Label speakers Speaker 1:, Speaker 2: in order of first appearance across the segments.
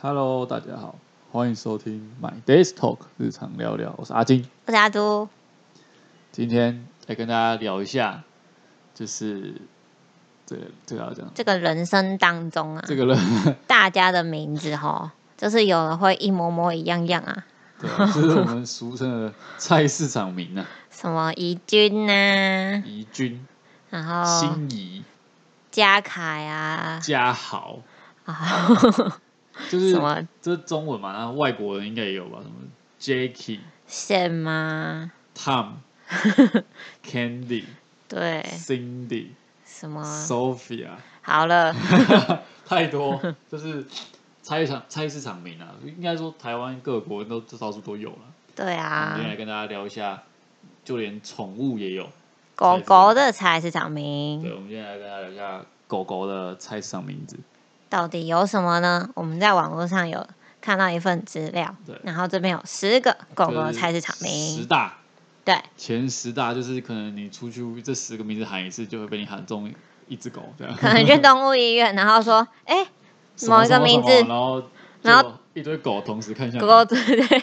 Speaker 1: Hello，大家好，欢迎收听 My Days Talk 日常聊聊，我是阿金，
Speaker 2: 我是阿朱，
Speaker 1: 今天来跟大家聊一下，就是这个这个要讲
Speaker 2: 这个人生当中啊，
Speaker 1: 这个人，
Speaker 2: 大家的名字哈，就是有人会一模模一样样啊，
Speaker 1: 对， 这是我们俗称的菜市场名啊，
Speaker 2: 什么怡君呐、
Speaker 1: 怡君、
Speaker 2: 然后
Speaker 1: 心仪、
Speaker 2: 嘉凯啊，
Speaker 1: 嘉豪，
Speaker 2: 啊
Speaker 1: 就是
Speaker 2: 什么
Speaker 1: 这是中文嘛，然后外国人应该也有吧，什么 Jackie、
Speaker 2: 线吗？
Speaker 1: Tom、Candy、
Speaker 2: 对，
Speaker 1: Cindy、
Speaker 2: 什么？
Speaker 1: Sophia。
Speaker 2: 好了，
Speaker 1: 太多，就是菜市场菜市场名啊，应该说台湾各国都到处都有了。
Speaker 2: 对
Speaker 1: 我们
Speaker 2: 啊
Speaker 1: 今，天来跟大家聊一下，就连宠物也有。
Speaker 2: 狗
Speaker 1: 菜市
Speaker 2: 狗
Speaker 1: 场
Speaker 2: 的菜市场
Speaker 1: 对，
Speaker 2: 名
Speaker 1: 我们今天来跟大家聊一下狗狗的菜市场名字。
Speaker 2: 到底有什么呢？我们在网络上有看到一份资料
Speaker 1: 对，
Speaker 2: 然后这边有十个狗狗
Speaker 1: 就
Speaker 2: 的
Speaker 1: 是
Speaker 2: 菜市场
Speaker 1: 十
Speaker 2: 名，
Speaker 1: 大
Speaker 2: 对
Speaker 1: 前十大，就是可能你出去这十个名字喊一次，就会被你喊中一只狗这样。
Speaker 2: 可能去动物医院，然 后说，哎、
Speaker 1: 什么
Speaker 2: 某一个
Speaker 1: 什么
Speaker 2: 名字
Speaker 1: 什么然后
Speaker 2: 然后
Speaker 1: 就一堆狗同时看向
Speaker 2: 狗
Speaker 1: 你。
Speaker 2: 狗对 对，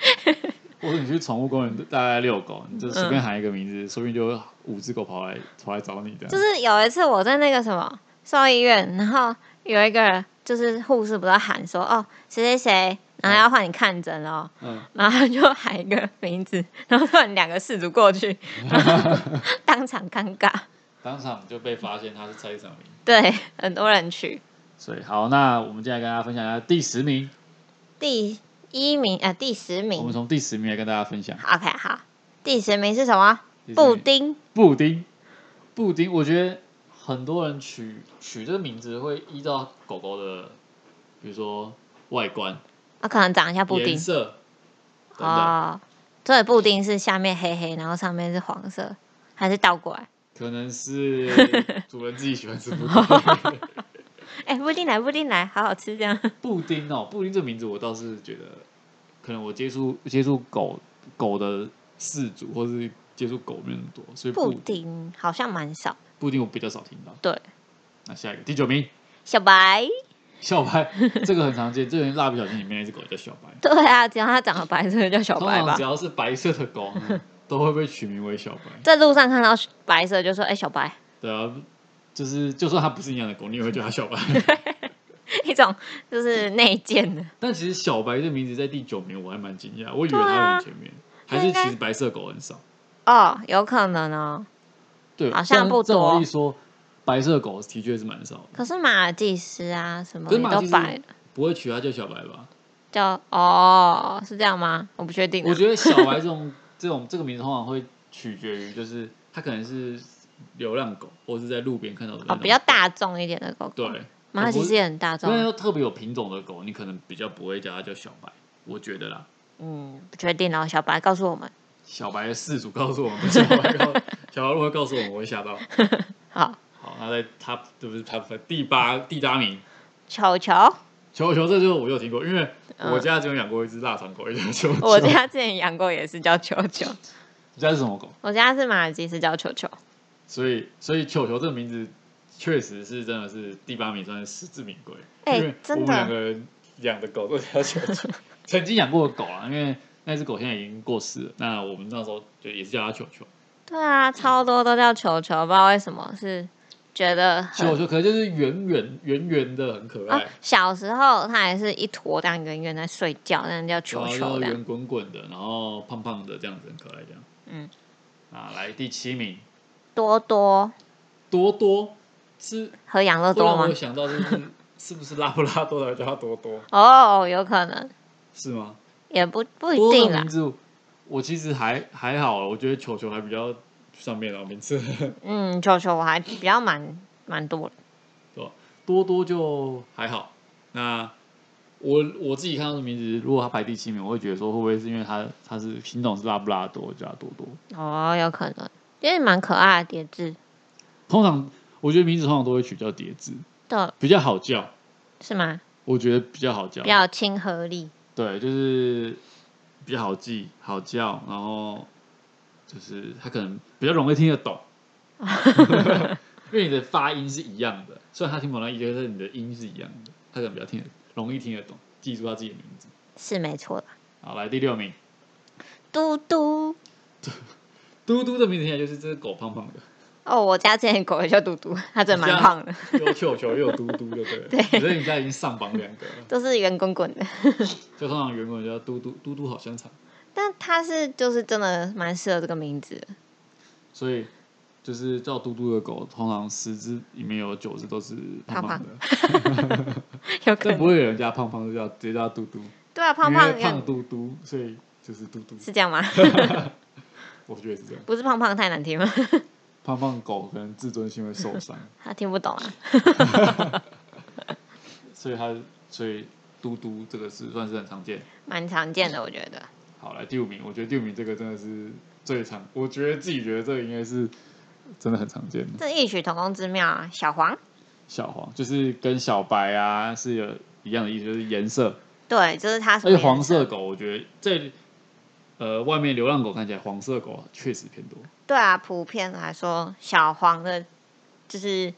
Speaker 1: 或者你去宠物公园大概遛狗，你就随
Speaker 2: 嗯
Speaker 1: 便喊一个名字，说不定就有五只狗跑来跑来找你这样。
Speaker 2: 就是有一次我在那个什么兽医院，然后有一个人就是护士不是喊说哦谁谁谁，然后要换你看诊了哦、
Speaker 1: 嗯，
Speaker 2: 然后他就喊一个名字，然后突然两个事主 过去，然后当场尴尬，
Speaker 1: 当场就被发现他是蔡依场名。
Speaker 2: 对，很多人去
Speaker 1: 所以好，那我们接下来跟大家分享一下第十名，
Speaker 2: 第一名啊、呃、第十
Speaker 1: 我们
Speaker 2: 名
Speaker 1: 从第十名来跟大家分享。
Speaker 2: ，OK 好，第十名是什么？
Speaker 1: 第十名
Speaker 2: 布丁，
Speaker 1: 布丁，布丁，我觉得很多人取取这个名字会依照狗狗的，比如说外观、
Speaker 2: 我、哦可能长一下布
Speaker 1: 颜
Speaker 2: 丁
Speaker 1: 色等等，
Speaker 2: 哦，所以布丁是下面黑黑，然后上面是黄色，还是倒过来？
Speaker 1: 可能 是主人自己喜欢吃布丁。
Speaker 2: 哎、布丁来，布丁来，好好吃这样。
Speaker 1: 布丁哦，布丁这名字我倒是觉得，可能我接触接触狗狗的饲主，或是接触狗没有那么多，所以
Speaker 2: 布
Speaker 1: 布
Speaker 2: 丁好像蛮少。
Speaker 1: 布丁我比较少听到。
Speaker 2: 对，
Speaker 1: 那下一个第九名，
Speaker 2: 小白，
Speaker 1: 小白， 这个很常见，这个蜡笔小新里面那只狗叫小白。
Speaker 2: 对啊，只要它长得白色就叫小
Speaker 1: 通
Speaker 2: 白
Speaker 1: 常
Speaker 2: 吧
Speaker 1: 只。要是白色的狗呢， 都会被取名为小白。
Speaker 2: 在路上看到白色就说：“哎、小白。
Speaker 1: 对啊，就是就算它不是一样的狗，你也会叫它 小白。”
Speaker 2: 一种就是内建的，
Speaker 1: 但其实小白这名字在第九名，我还蛮惊讶，我以为
Speaker 2: 对
Speaker 1: 它
Speaker 2: 啊
Speaker 1: 很前面，还是其实白色狗很少。
Speaker 2: 哦，有可能哦。
Speaker 1: 对，
Speaker 2: 好像
Speaker 1: 这样
Speaker 2: 不
Speaker 1: 这么
Speaker 2: 多
Speaker 1: 一说，白色狗的确是蛮少的，
Speaker 2: 可是马尔济斯啊，什么
Speaker 1: 可是
Speaker 2: 也
Speaker 1: 马尔
Speaker 2: 都
Speaker 1: 济斯
Speaker 2: 白的，
Speaker 1: 不会取它叫小白吧？
Speaker 2: 叫哦，是这样吗？我不确定啊、
Speaker 1: 我觉得小白这种这种这个名字通常会取决于，就是它可能是流浪狗，或是在路边看到的那
Speaker 2: 哦，
Speaker 1: 种
Speaker 2: 比较大众一点的狗狗。
Speaker 1: 对，啊
Speaker 2: 马尔济斯也很大
Speaker 1: 因为
Speaker 2: 众。
Speaker 1: 要特别有品种的狗，你可能比较不会叫它叫小白，我觉得啦。
Speaker 2: 嗯，不确定哦。小白告诉我们，
Speaker 1: 小白的饲主告诉我们，小白告小白如果告诉我们，我会吓到。
Speaker 2: 好，
Speaker 1: 好，那在 top 对不是 top 第八第八名，
Speaker 2: 球球，
Speaker 1: 球球，这就是我有听过，因为我家只有养过一只腊肠狗，一只球球。
Speaker 2: 嗯我家之前养过也是叫球球，
Speaker 1: 你家是什么狗？
Speaker 2: 我家是马尔济斯叫球球。
Speaker 1: 所以所以球球这个名字确实是真的是第八名，算是实至名归。
Speaker 2: 哎
Speaker 1: 因为我
Speaker 2: 真的
Speaker 1: 们两个人养的狗都叫球球， 曾经养过的狗啊，因为那只狗现在已经过世了，那我们那时候就也是叫它球球。
Speaker 2: 对啊，超多都叫球球，不知道为什么是觉得
Speaker 1: 球
Speaker 2: 很
Speaker 1: 球可能就是圆圆圆圆的，很可爱。
Speaker 2: 啊，小时候它还是一坨这样圆圆在睡觉，那叫球
Speaker 1: 然后
Speaker 2: 球
Speaker 1: 就
Speaker 2: 这样。
Speaker 1: 哦圆滚滚的，然后胖胖的，这样子很可爱，这样。
Speaker 2: 嗯，
Speaker 1: 啊，来第七名，
Speaker 2: 多多
Speaker 1: 多多是
Speaker 2: 和养乐
Speaker 1: 会
Speaker 2: 多
Speaker 1: 让我
Speaker 2: 吗？
Speaker 1: 想到就是 是不是拉布拉多才叫它多多
Speaker 2: 哦，有可能，
Speaker 1: 是吗？
Speaker 2: 也不不一
Speaker 1: 多多
Speaker 2: 定
Speaker 1: 的名
Speaker 2: 啦。
Speaker 1: 字我其实还还好，我觉得球球还比较上面啊，名次
Speaker 2: 嗯，球球我还比较蛮蛮多的。
Speaker 1: 多多就还好。那我我自己看到的名字，如果它排第七名，我会觉得说会不会是因为它它是品种是拉布拉多，叫它多多。
Speaker 2: 哦，有可能，因为蛮可爱的叠字，
Speaker 1: 通常我觉得名字通常都会取叫叠字，
Speaker 2: 对，
Speaker 1: 比较好叫。
Speaker 2: 是吗？
Speaker 1: 我觉得比较好叫，
Speaker 2: 比较有亲和力。
Speaker 1: 对，就是比较好记、好叫，然后就是他可能比较容易听得懂，因为你的发音是一样的，虽然他听不懂，但是你的音是一样的。他可能比较听得容易听得懂，记住他自己的名字。
Speaker 2: 是没错的。
Speaker 1: 好，来第六名，
Speaker 2: 嘟嘟，
Speaker 1: 嘟嘟的名字听起来就是这只狗胖胖的，
Speaker 2: 哦，我家之前狗也叫嘟嘟，它真的蛮胖的，
Speaker 1: 又球球又有嘟嘟，对不
Speaker 2: 对
Speaker 1: 对？可是你家已经上榜两个了，
Speaker 2: 都是圆滚滚的。
Speaker 1: 就通常员工叫嘟嘟嘟嘟好香肠，
Speaker 2: 但它是就是真的蛮适合这个名字的，
Speaker 1: 所以就是叫嘟嘟的狗，通常十只里面有九只都是胖胖的，
Speaker 2: 有可
Speaker 1: 但不
Speaker 2: 能
Speaker 1: 会有人家胖胖就叫直接叫嘟嘟，
Speaker 2: 对啊，胖
Speaker 1: 因
Speaker 2: 胖
Speaker 1: 为
Speaker 2: 的
Speaker 1: 胖嘟嘟，所以就是嘟嘟。
Speaker 2: 是这样吗？
Speaker 1: 我觉得是这样，
Speaker 2: 不是胖胖太难听吗？
Speaker 1: 胖胖狗可能自尊心会受伤，
Speaker 2: 他听不懂啊。
Speaker 1: 所以它所以嘟嘟这个是算是很常见。
Speaker 2: 蛮常见的，我觉得。
Speaker 1: 好，来第五名，我觉得第五名这个真的是最常，我觉得自己觉得这个应该是真的很常见的。
Speaker 2: 这异曲同工之妙啊！小黄，
Speaker 1: 小黄就是跟小白啊是有一样的意思，就是颜色。
Speaker 2: 对，就是它什
Speaker 1: 而
Speaker 2: 么
Speaker 1: 且
Speaker 2: 颜
Speaker 1: 黄色狗，我觉得在呃外面流浪狗看起来黄色狗确实偏多。
Speaker 2: 对啊，普遍来说，小黄的，就是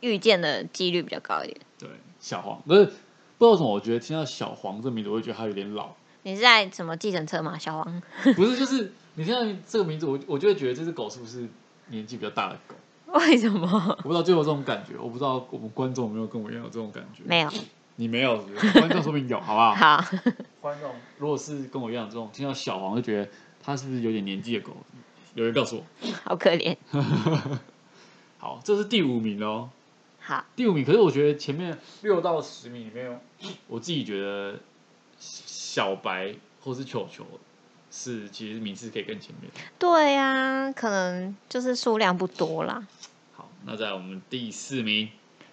Speaker 2: 遇见的几率比较高一点。
Speaker 1: 对，小黄，可是不知道为什么，我觉得听到小黄这名字，我会觉得它有点 老。
Speaker 2: 你是在什么计程车吗？小黄，
Speaker 1: 不是，就是你听到这个名字，我我就会觉得这只狗是不是年纪比较大的狗？
Speaker 2: 为什么
Speaker 1: 我不知道就有这种感觉，我不知道我们观众有没有跟我一样有这种感觉。
Speaker 2: 没有？
Speaker 1: 你没有是不是，观众说不定有，好不 好？
Speaker 2: 好，
Speaker 1: 观众如果是跟我一样这种，听到小黄就觉得它是不是有点年纪的狗？有人告诉我，
Speaker 2: 好可怜。
Speaker 1: 好，这是第五名哦。
Speaker 2: 好，
Speaker 1: 第五名，可是我觉得前面六到十名里面，我自己觉得小白或是球球是其实名次可以更前面。
Speaker 2: 对呀、啊，可能就是数量不多啦。
Speaker 1: 好，那在我们第四名，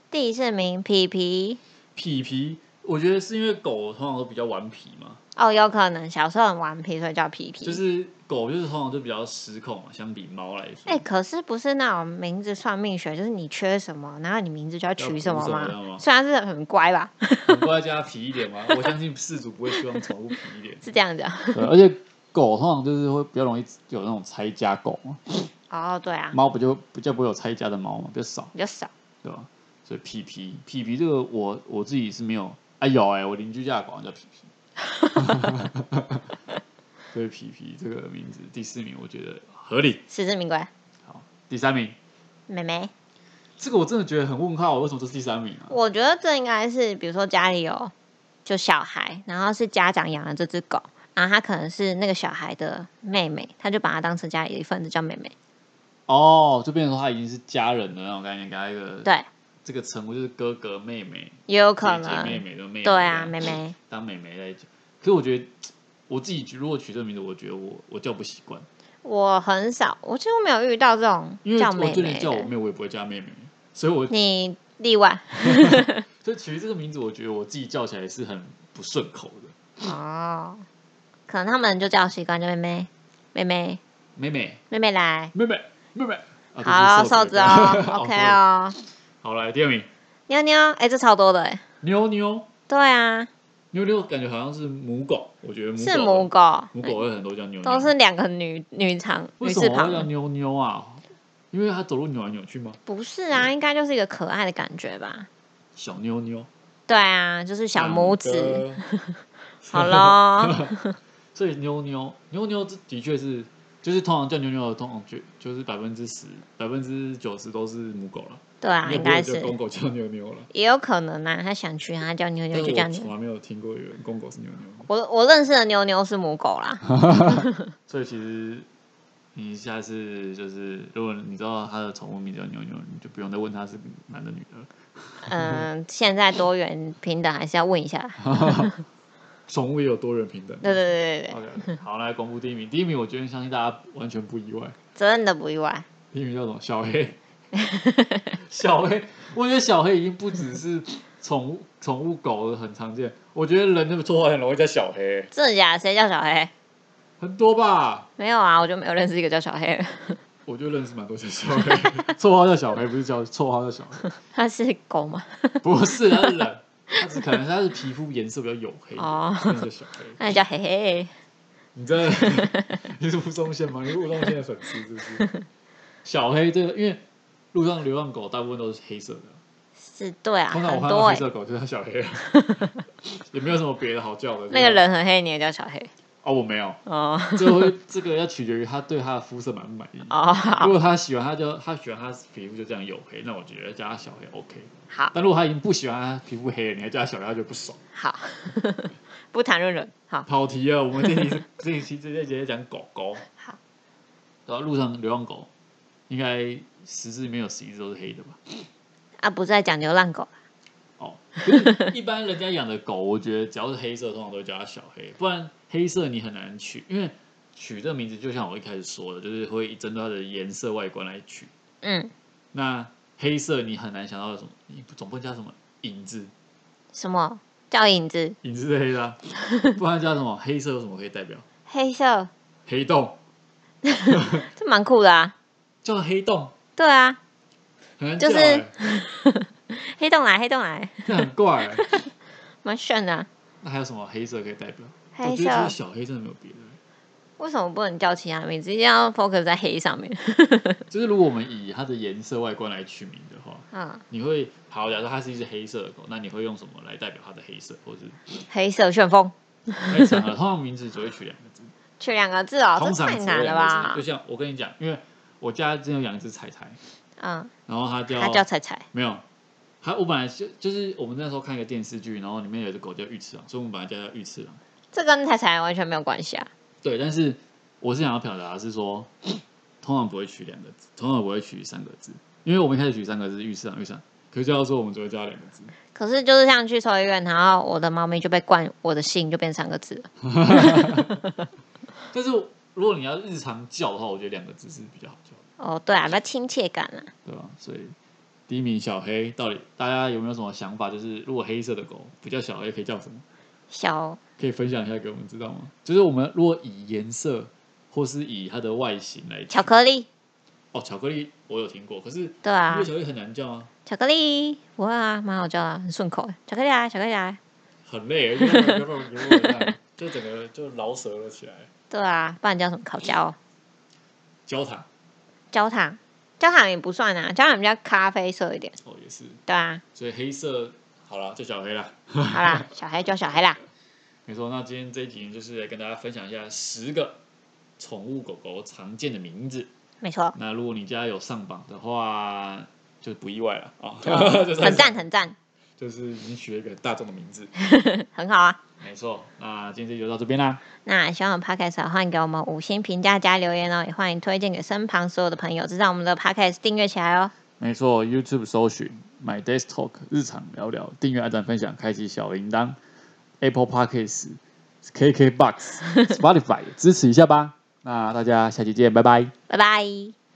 Speaker 2: 第四名皮皮，
Speaker 1: 皮皮，我觉得是因为狗通常都比较顽皮嘛，
Speaker 2: 哦，有可能小时候很顽皮，所以叫皮皮。
Speaker 1: 就是狗就是通常就比较失控嘛，相比猫来说。
Speaker 2: 哎、可是不是那种名字算命学，就是你缺什么，然后你名字就要取什么
Speaker 1: 要补什么样
Speaker 2: 嘛。
Speaker 1: 吗
Speaker 2: 虽然是很乖吧，
Speaker 1: 我们不要加皮一点嘛，我相信饲主不会希望宠物皮一点。
Speaker 2: 是这样子啊。
Speaker 1: 对，而且狗通常就是会比较容易有那种拆家狗嘛，
Speaker 2: 哦，对啊，
Speaker 1: 猫不就比较不会有拆家的猫嘛，比较少。
Speaker 2: 比较少。
Speaker 1: 对吧？所以皮皮皮皮这个我我自己是没有，哎有哎、我邻居家的狗好像叫皮皮， 所以皮皮这个名字第四名我觉得合理。
Speaker 2: 实至名归，
Speaker 1: 好，第三名
Speaker 2: 妹妹，
Speaker 1: 这个我真的觉得很问号，为什么这是第三名啊？
Speaker 2: 我觉得这应该是，比如说家里有就小孩，然后是家长养了这只狗，然后他可能是那个小孩的妹妹，他就把它当成家里的一份子叫妹妹。
Speaker 1: 哦，就变成说他已经是家人的那种概念，给他一个
Speaker 2: 对，
Speaker 1: 这个称呼就是哥哥妹妹、
Speaker 2: 也有可
Speaker 1: 姐姐
Speaker 2: 能。
Speaker 1: 妹妹的妹妹，
Speaker 2: 对啊，妹妹，
Speaker 1: 当妹妹来讲。可是我觉得我自己如果取这个名字，我觉得我我叫不习惯，
Speaker 2: 我很少，我几乎没有遇到这种
Speaker 1: 因为
Speaker 2: 叫
Speaker 1: 我
Speaker 2: 妹
Speaker 1: 就连
Speaker 2: 妹
Speaker 1: 叫我
Speaker 2: 的。
Speaker 1: 妹，我也不会叫她妹妹，所以我
Speaker 2: 你例外
Speaker 1: 所以其实这个名字，我觉得我自己叫起来是很不顺口的。
Speaker 2: 哦，可能他们就叫习惯，叫妹妹，妹妹，
Speaker 1: 妹妹，
Speaker 2: 妹妹来。
Speaker 1: 妹妹，妹妹。
Speaker 2: 好，
Speaker 1: 啊、
Speaker 2: 瘦 子 哦，OK。
Speaker 1: 对
Speaker 2: 哦，
Speaker 1: 好，来第二名，
Speaker 2: 妞妞，哎，这超多的哎。
Speaker 1: 妞妞，
Speaker 2: 对啊，
Speaker 1: 妞妞感觉好像是母狗，我觉得母狗
Speaker 2: 是母狗，
Speaker 1: 母狗会很多叫妞妞，
Speaker 2: 都是两个女女长女
Speaker 1: 为
Speaker 2: 字
Speaker 1: 什么会叫
Speaker 2: 旁，
Speaker 1: 妞妞啊？因为它走路扭来扭去吗？
Speaker 2: 不是啊，应该就是一个可爱的感觉吧？
Speaker 1: 小妞妞，
Speaker 2: 对啊，就是小拇指。
Speaker 1: 两个
Speaker 2: 好咯，
Speaker 1: 所以妞妞，妞妞这的确是，就是通常叫妞妞的，通常就就是百分之十、百分之九十都是母狗了，
Speaker 2: 对啊，
Speaker 1: 你也
Speaker 2: 应
Speaker 1: 不会
Speaker 2: 该
Speaker 1: 叫
Speaker 2: 是
Speaker 1: 公狗 叫妞妞了。
Speaker 2: 也有可能啊，他想去，他叫妞
Speaker 1: 但
Speaker 2: 妞
Speaker 1: 是
Speaker 2: 就叫
Speaker 1: 我
Speaker 2: 妞
Speaker 1: 从。来没有听过有人公狗是妞妞，
Speaker 2: 我我认识的妞妞是母狗啦，
Speaker 1: 所以其实你下次就是，如果你知道它的宠物名叫妞妞，你就不用再问它是男的女的了。
Speaker 2: 嗯，现在多元平等还是要 问一下。
Speaker 1: 宠物也有多人平等。
Speaker 2: 对对对对对，
Speaker 1: OK，好， 来公布第一名。第一名，我觉得相信大家完全不意外。
Speaker 2: 真的不意外。
Speaker 1: 第一名叫什么？小 黑。小黑，我觉得小黑已经不只是宠物宠物狗很常见，我觉得人的绰号很容易叫小黑，
Speaker 2: 真的假的？谁叫小黑？
Speaker 1: 很多吧？
Speaker 2: 没有啊，我就没有认识一个叫小黑的，
Speaker 1: 我就认识蛮多叫小黑， 绰号叫小黑，不是叫绰号叫小黑，
Speaker 2: 他是狗吗？
Speaker 1: 不是他是人，他只可能他是皮肤颜色比较黝黑，
Speaker 2: 哦
Speaker 1: 所以叫小黑。
Speaker 2: 那你叫嘿嘿。
Speaker 1: 你真的 你是吴宗宪吗？你是吴宗宪的粉丝是不是？小黑这个，因为路上流浪狗大部分都是黑色的，
Speaker 2: 是对啊，
Speaker 1: 通常
Speaker 2: 很
Speaker 1: 我看
Speaker 2: 多
Speaker 1: 到
Speaker 2: 哎、
Speaker 1: 黑色狗就是它小黑了， 也没有什么别的好叫的。
Speaker 2: 那
Speaker 1: 对
Speaker 2: 个
Speaker 1: 吧
Speaker 2: 人很黑，你也叫小黑
Speaker 1: 哦，我没有，
Speaker 2: 哦
Speaker 1: 这会这个要取决于他对他的肤色满不满意。
Speaker 2: 哦，
Speaker 1: 如
Speaker 2: 好
Speaker 1: 果他喜欢，他就他喜欢他皮肤就这样黝黑，那我觉得叫他小黑 OK。
Speaker 2: 好
Speaker 1: 但如果他已经不喜欢他皮肤黑了，你还叫他小黑，他就不爽。
Speaker 2: 好， 不谈论人，好
Speaker 1: 跑题啊了，我们这一期这一期这一节在讲狗狗，
Speaker 2: 好
Speaker 1: 然后路上流浪狗，应该十只里面有十一只都是黑的吧？
Speaker 2: 啊，不再讲流浪狗了，
Speaker 1: 哦，可是一般人家养的狗，我觉得只要是黑色，通常都会叫它小黑，不然黑色你很难取，因为取这个名字就像我一开始说的，就是会针对它的颜色外观来取。
Speaker 2: 嗯，
Speaker 1: 那黑色你很难想到有什么，你总不能叫什么影子，
Speaker 2: 什么叫影子？
Speaker 1: 影子是黑的、啊，不然叫什么黑色有什么可以代表？
Speaker 2: 黑色，
Speaker 1: 黑洞，
Speaker 2: 这蛮酷的啊，
Speaker 1: 叫它黑洞，
Speaker 2: 对啊，
Speaker 1: 很难叫、
Speaker 2: 就
Speaker 1: 欸，
Speaker 2: 是黑洞来，黑洞来，
Speaker 1: 这很怪、欸。
Speaker 2: 蛮炫的啊、
Speaker 1: 那还有什么黑色可以代表？我
Speaker 2: 黑
Speaker 1: 觉得除了
Speaker 2: 色
Speaker 1: 小黑真的没有别的、欸
Speaker 2: 为什么不能叫其他名字？一定要 focus 在黑上面？
Speaker 1: 就是如果我们以它的颜色外观来取名的话，
Speaker 2: 嗯，
Speaker 1: 你会好，假设它是一只黑色的狗，那你会用什么来代表它的黑色，或 是
Speaker 2: 黑色旋风，
Speaker 1: 太长了？通常名字只会取两个字，
Speaker 2: 取两个字哦，
Speaker 1: 通
Speaker 2: 这
Speaker 1: 常
Speaker 2: 太
Speaker 1: 只
Speaker 2: 难
Speaker 1: 会
Speaker 2: 了
Speaker 1: 两个
Speaker 2: 吧
Speaker 1: 字。就？像我跟你讲，因为我家之前有养一只彩彩，
Speaker 2: 嗯，
Speaker 1: 然后它叫
Speaker 2: 他叫彩彩，
Speaker 1: 没有，它我本来就就是我们那时候看一个电视剧，然后里面有一只狗叫玉次郎，所以我们把它叫它玉啊次郎。
Speaker 2: 这跟彩彩完全没有关系啊。
Speaker 1: 对，但是我是想要表达的是说，通常不会取两个字，通常不会取三个字，因为我们一开始取三个字玉次郎玉次郎，可是叫它说我们只会叫它两个字。
Speaker 2: 可是就是像去兽医院，然后我的猫咪就被冠我的姓，就变三个字了。
Speaker 1: 但是如果你要日常叫的话，我觉得两个字是比较好叫的，
Speaker 2: 哦，对啊，比较亲切感啊。
Speaker 1: 对吧？所以第一名小黑，到底大家有没有什么想法？就是如果黑色的狗不叫小黑，可以叫什么？
Speaker 2: 小
Speaker 1: 可以分享一下给我们知道吗？就是我们如果以颜色或是以它的外形来
Speaker 2: 巧
Speaker 1: 讲，
Speaker 2: 克力，
Speaker 1: 哦，巧克力我有听过，可是因
Speaker 2: 对啊
Speaker 1: 为，巧克力很难叫啊，
Speaker 2: 巧克力，哇、啊，蛮好叫啊，很顺口欸。巧克力啊，巧克力啊，
Speaker 1: 很累，因为它有肉有肉这样就整个就饶舌了起来。
Speaker 2: 对啊，不然叫什么烤焦、
Speaker 1: 焦糖
Speaker 2: 焦糖，焦糖也不算啊，焦糖比较咖啡色一点，
Speaker 1: 哦也是，
Speaker 2: 对啊。
Speaker 1: 所以黑色好了，就小黑啦。
Speaker 2: 好啦， 小孩叫小孩啦，
Speaker 1: 没错，那今天这一集就是来跟大家分享一下十个宠物狗狗常见的名字。
Speaker 2: 没错，
Speaker 1: 那如果你家有上榜的话，就不意外了啊， 就是
Speaker 2: 很赞，很赞，
Speaker 1: 就是你取了一个很大众的名字。
Speaker 2: 很好啊。
Speaker 1: 没错，那今天这集就到这边啦，
Speaker 2: 那喜欢我们 podcast，的欢迎给我们五星评价加留言哦，也欢迎推荐给身旁所有的朋友，知道我们的 podcast 订阅起来哦。
Speaker 1: 没错，YouTube 搜寻 My Desk Talk 日常聊聊，订阅、按赞、分享，开启小铃铛，Apple Podcasts、KKBox、Spotify 支持一下吧。那大家下期见，拜拜。
Speaker 2: 拜拜。